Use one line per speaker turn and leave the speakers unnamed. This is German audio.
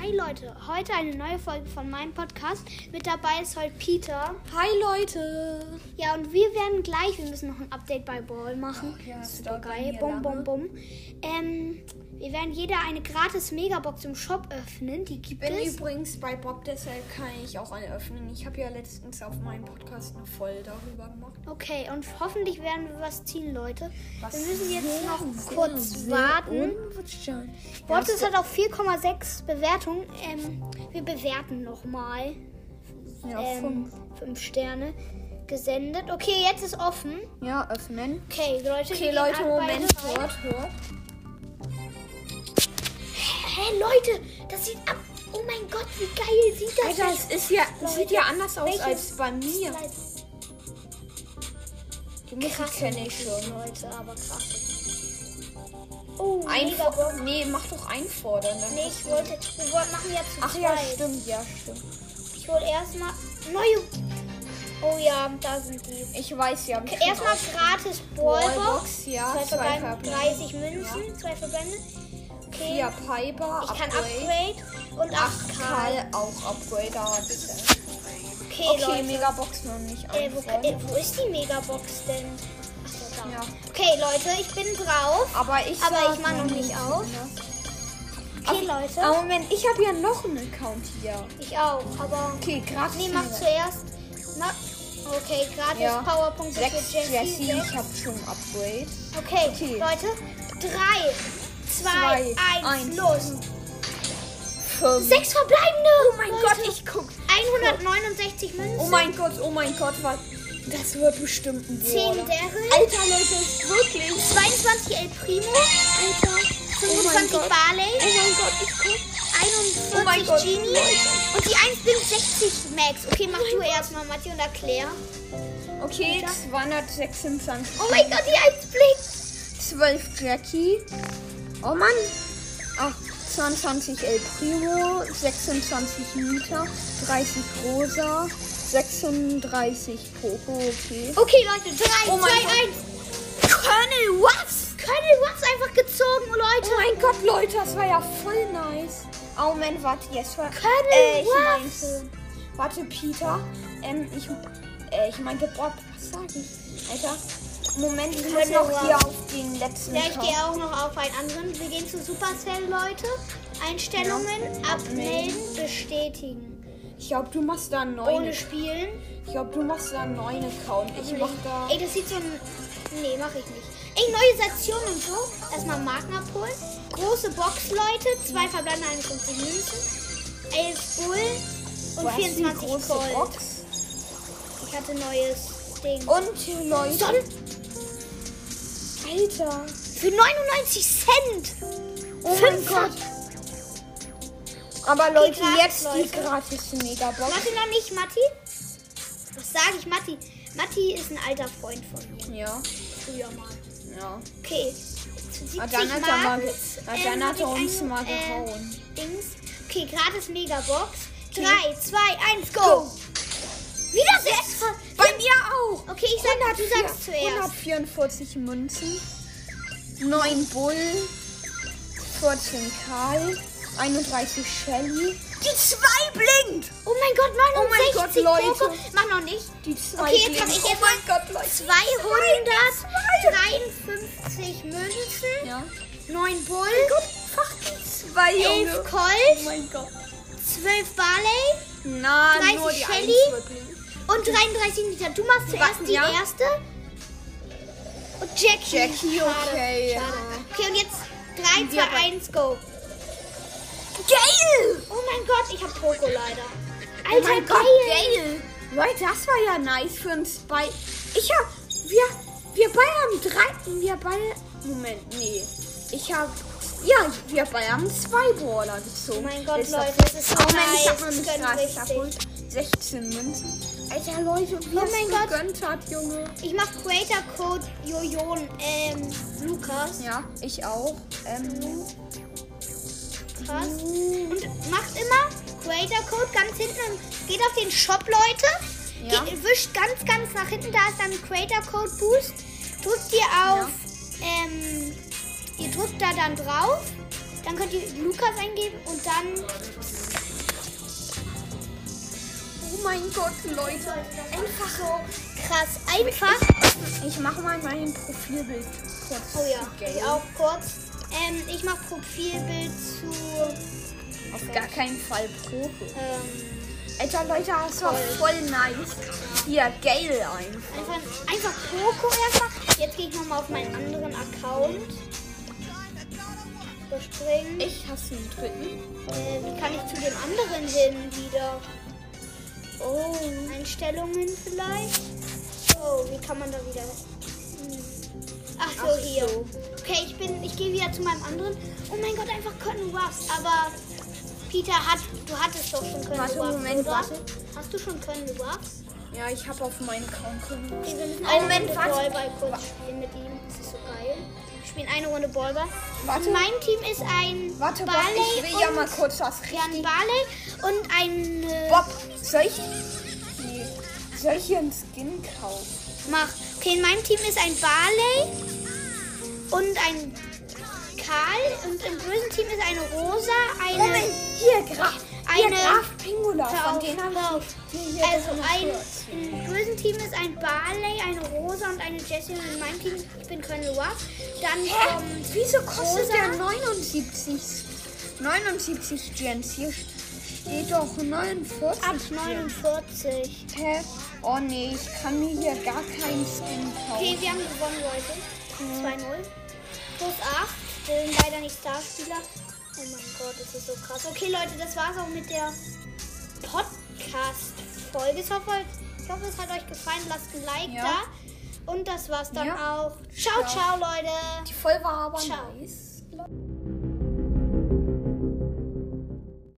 Hi Leute, heute eine neue Folge von meinem Podcast. Mit dabei ist heute Peter.
Hi Leute!
Ja, und wir werden gleich, wir müssen noch ein Update bei Brawl machen.
Oh ja, das
Super
dauert bei
geil.
mir
Bum, bum,
lange.
bum. Ähm, wir werden jeder eine gratis Megabox im Shop öffnen. Die
Ich
gibt
bin
es.
übrigens bei Bob, deshalb kann ich auch eine öffnen. Ich habe ja letztens auf meinem Podcast eine Folge darüber gemacht.
Okay, und hoffentlich werden wir was ziehen, Leute.
Was
wir müssen jetzt
sehr,
noch
sehr,
kurz
sehr
warten.
Hm? unwahrscheinlich-
Bortes hat auch 4,6 Bewertungen. Ähm, wir bewerten nochmal.
Ja,
Ähm,
fünf.
fünf Sterne gesendet. Okay, jetzt ist offen.
ja, öffnen.
Okay, Leute. wir
Okay,
gehen
Leute,
alle
Moment,
beide rein.
hört, hört.
Hä, Leute, das sieht ab. Oh mein Gott, wie geil sieht das
Alter, es ist ja,
Leute,
sieht ja anders aus
welches-
als bei mir.
aus?
Die Musik kenne ich schon.
Leute, aber krass. Oh,
Ein
mega Bock.
Nee, mach doch einfordern. Dann
Nee, ich wollte. Wir wollten machen ja zu
Ach
zweit.
ja, stimmt, ja, stimmt.
Ich wollte erstmal. Neue. Oh ja, da sind die.
Ich weiß ja.
Okay, Erstmal gratis Ballbox.
Wallbox, ja,
zwei
Ah, zwei
Verbände,
Verbände.
30 Münzen, zwei Verbände. Okay.
Hier, Piper,
ich kann Upgrade und 8K.
Karl auch Upgrader.
Okay,
äh, Okay,
Leute.
Megabox noch nicht
Äh, wo,
antworten.
äh, wo ist die Megabox denn? Ach so, da.
Ja.
Okay, Leute, ich bin drauf.
Aber ich,
Aber
sag
ich mach noch nicht auf. Okay,
Aber
Leute.
Moment, ich habe ja noch einen Account hier.
Ich auch, aber.
Okay, gratis.
Nee, mach zuerst. Na, okay, gratis
Ja.
Powerpunkte
Sechs
für Jessie.
Jessie,
sechs.
ich habe schon ein Upgrade.
Okay,
Okay.
Leute. Drei, zwei,
Zwei,
eins,
eins.
los.
Fünf.
Sechs verbleibende. Oh
mein Gott, ich guck.
169 Münzen.
Oh mein Gott, oh mein Gott, was? Das wird bestimmt ein
10
Border.
Daryl.
Alter Leute, ist wirklich.
22 El Primo. Alter.
Oh
25
mein Gott.
Barley.
Oh mein Gott, ich
41
guck. Oh mein Gott.
Genie. Und die 1 sind 60 Max. Okay, mach du erstmal, Matti, und erklär.
Okay,
Alter.
226.
Oh mein Gott, die 1 blinkt.
12 Jackie. Oh Mann. Ach, 22 El Primo, 26 Nita, 30 Rosa, 36 Poco, okay.
Okay, Leute, 3, 2,
Oh mein
1. Colonel Watts. Colonel Watts einfach gezogen, Leute.
Oh mein Gott, Leute, das war ja voll nice. Oh Moment, warte, jetzt war...
Colonel
Äh, ich
Ruffs.
meinte... Warte, Peter. Ähm, ich... Äh, ich meinte Bob. Was sag ich? Alter. Moment, ich muss
Colonel
noch hier
Ruffs.
auf den letzten
Ja, ich
Kauf.
gehe auch noch auf einen anderen. Wir gehen zu Supercell, Leute. Einstellungen, abmelden, bestätigen.
Ich glaube, du machst da einen neuen.
Ohne Also Spielen.
Ich glaube, du machst da einen neuen Account. Ich mach da...
Ey, das sieht so ein. Nee, mach ich nicht. Ey, neue Station und so. Erstmal Magna abholen. Große Box, Leute. Zwei verbleibende 51 Münzen. 11 Bull
Boah,
und
hast du die
24
große
Gold.
Box?
Ich hatte neues Ding.
Und Leute.
Son
Alter.
für 99 Cent.
Oh mein
Fünfer.
Gott. Aber Leute,
gratis,
jetzt die
Leute.
gratis Megabox.
Matti noch nicht, Matti? Was sage ich, Matti? Matti ist ein alter Freund von mir.
Ja.
Früher mal.
Ja.
Okay. Zu 70
Ah, dann hat er, mal,
Mark.
ge- ah, dann
ähm,
hat er
hab ich
uns
einen,
mal
äh,
gehauen.
Dings. Okay, gratis Megabox.
Okay.
3, 2, 1, go!
Go.
Wieder 6!
Bei mir auch.
Okay, ich sag, du sagst zuerst.
144 Münzen. 9 Bull. 14 Karl. 31 Shelly. Die 2 blinkt.
Oh mein Gott, 69
Oh mein Gott,
Coco.
Leute.
Mach noch nicht.
Die 2
Okay, jetzt
blinkt.
hab ich
oh
jetzt
mein Gott, Leute.
253 Münzen,
Ja.
9 Bull,
Zwei
11
Junge. Oh
Colt,
mein Gott.
12 Barley
Na,
30
nur die
Shelly.
Eins wird blinken.
und 33 Liter. Du machst zuerst die
Ja.
erste. Und Jackie.
Jackie,
Schade,
okay, ja.
Schade. Okay, und jetzt 3, 2,
Ja, aber-
1, go.
Gail!
Oh mein Gott, ich hab Poco leider.
Oh
Alter,
mein Gott, Gail! Leute, das war ja nice für uns beide. Ich hab. Wir. Wir beide haben drei. Wir beide. Moment, nee. Ich hab. Ja, ich- wir beide haben zwei Baller gezogen.
Oh mein Gott,
Ist
Leute,
das-
das ist so
Oh Moment, ich
nice.
hab noch
Das
nicht
gönnt
krass. Ich
richtig.
hab wohl 16 Münzen. Alter, Leute, wie
Oh
das
mein Gott.
gegönnt hat, Junge.
Ich mach Creator Code Jojon ähm, Lukas.
Ja, ich auch. Ähm,
Krass. Und macht immer Creator Code ganz hinten. und Geht auf den Shop, Leute.
Ja.
Geht, wischt ganz, ganz nach hinten. Da ist dann Creator Code Boost. Drückt ihr auf. Ähm, ihr drückt da dann drauf. Dann könnt ihr Lukas eingeben und dann
Oh mein Gott, Leute. Einfach so.
krass einfach.
Ich mache mal mein Profilbild kurz.
Oh ja,
gelb.
ich auch kurz. Ähm, ich mache Profilbild zu.
Auf gar keinen Fall Profi.
Ähm,
Alter, Leute, das war voll nice. Hier, Gale ein.
einfach, einfach Poco erstmal. Jetzt gehe ich nochmal auf meinen anderen Account. Bespringen.
Ich hasse den dritten.
Äh, wie kann ich zu dem anderen hin wieder? Oh, Einstellungen vielleicht? Oh, wie kann man da wieder? Hm. Ach so,
Ach
hier. Okay, ich bin, ich gehe wieder zu meinem anderen. Oh mein Gott, einfach Cotton Ruffs. Aber Peter hat, du hattest doch schon Cotton
Warte,
Ruffs,
Moment,
oder?
warte.
Hast du schon Cotton Ruffs?
Ja, ich habe auf meinen Account gemacht.
Okay, wir müssen
Oh,
eine
Moment,
Runde
warte.
Ballball kurz spielen mit ihm. Das ist so geil. Wir spielen eine Runde Ballball.
Warte.
Und mein Team ist ein
Warte, Bob,
Barley
ich will ja
und
mal kurz was
Jan
richtig.
Barley und ein äh,
Bob, soll ich. Nee. Soll ich hier einen Skin kaufen?
Mach. Okay, in meinem Team ist ein Barley und ein Karl und im bösen Team ist eine Rosa, eine also
Moment, hier, Graf. Hier,
eine-
Graf Pingula.
Hör
Von
auf,
denen
hör
habe
auf.
ich. Hier, hier,
also
das ist
ein
kurz.
im bösen Team ist ein Barley, eine Rosa und eine Jessie und in meinem Team ich bin Colonel Ruff. Dann
Hä?
kommt
Ähm, Wieso kostet
Rosa?
der 79? 79 Gens. Hier steht doch 49.
ab
Gens.
49.
Hä? Oh nee, ich kann mir hier gar keinen Skin
Okay,
kaufen.
wir haben gewonnen, Leute. 2-0. Plus 8. Wir sind leider nicht Starspieler. Oh mein Gott, das ist so krass. Okay, Leute, das war's auch mit der Podcast-Folge. Ich hoffe, ich hoffe, es hat euch gefallen. Lasst ein Like
Ja.
da. Und das war's dann
Ja.
auch. Ciao, ciao,
Ciao.
Leute.
Die voll war aber
Ciao.
nice.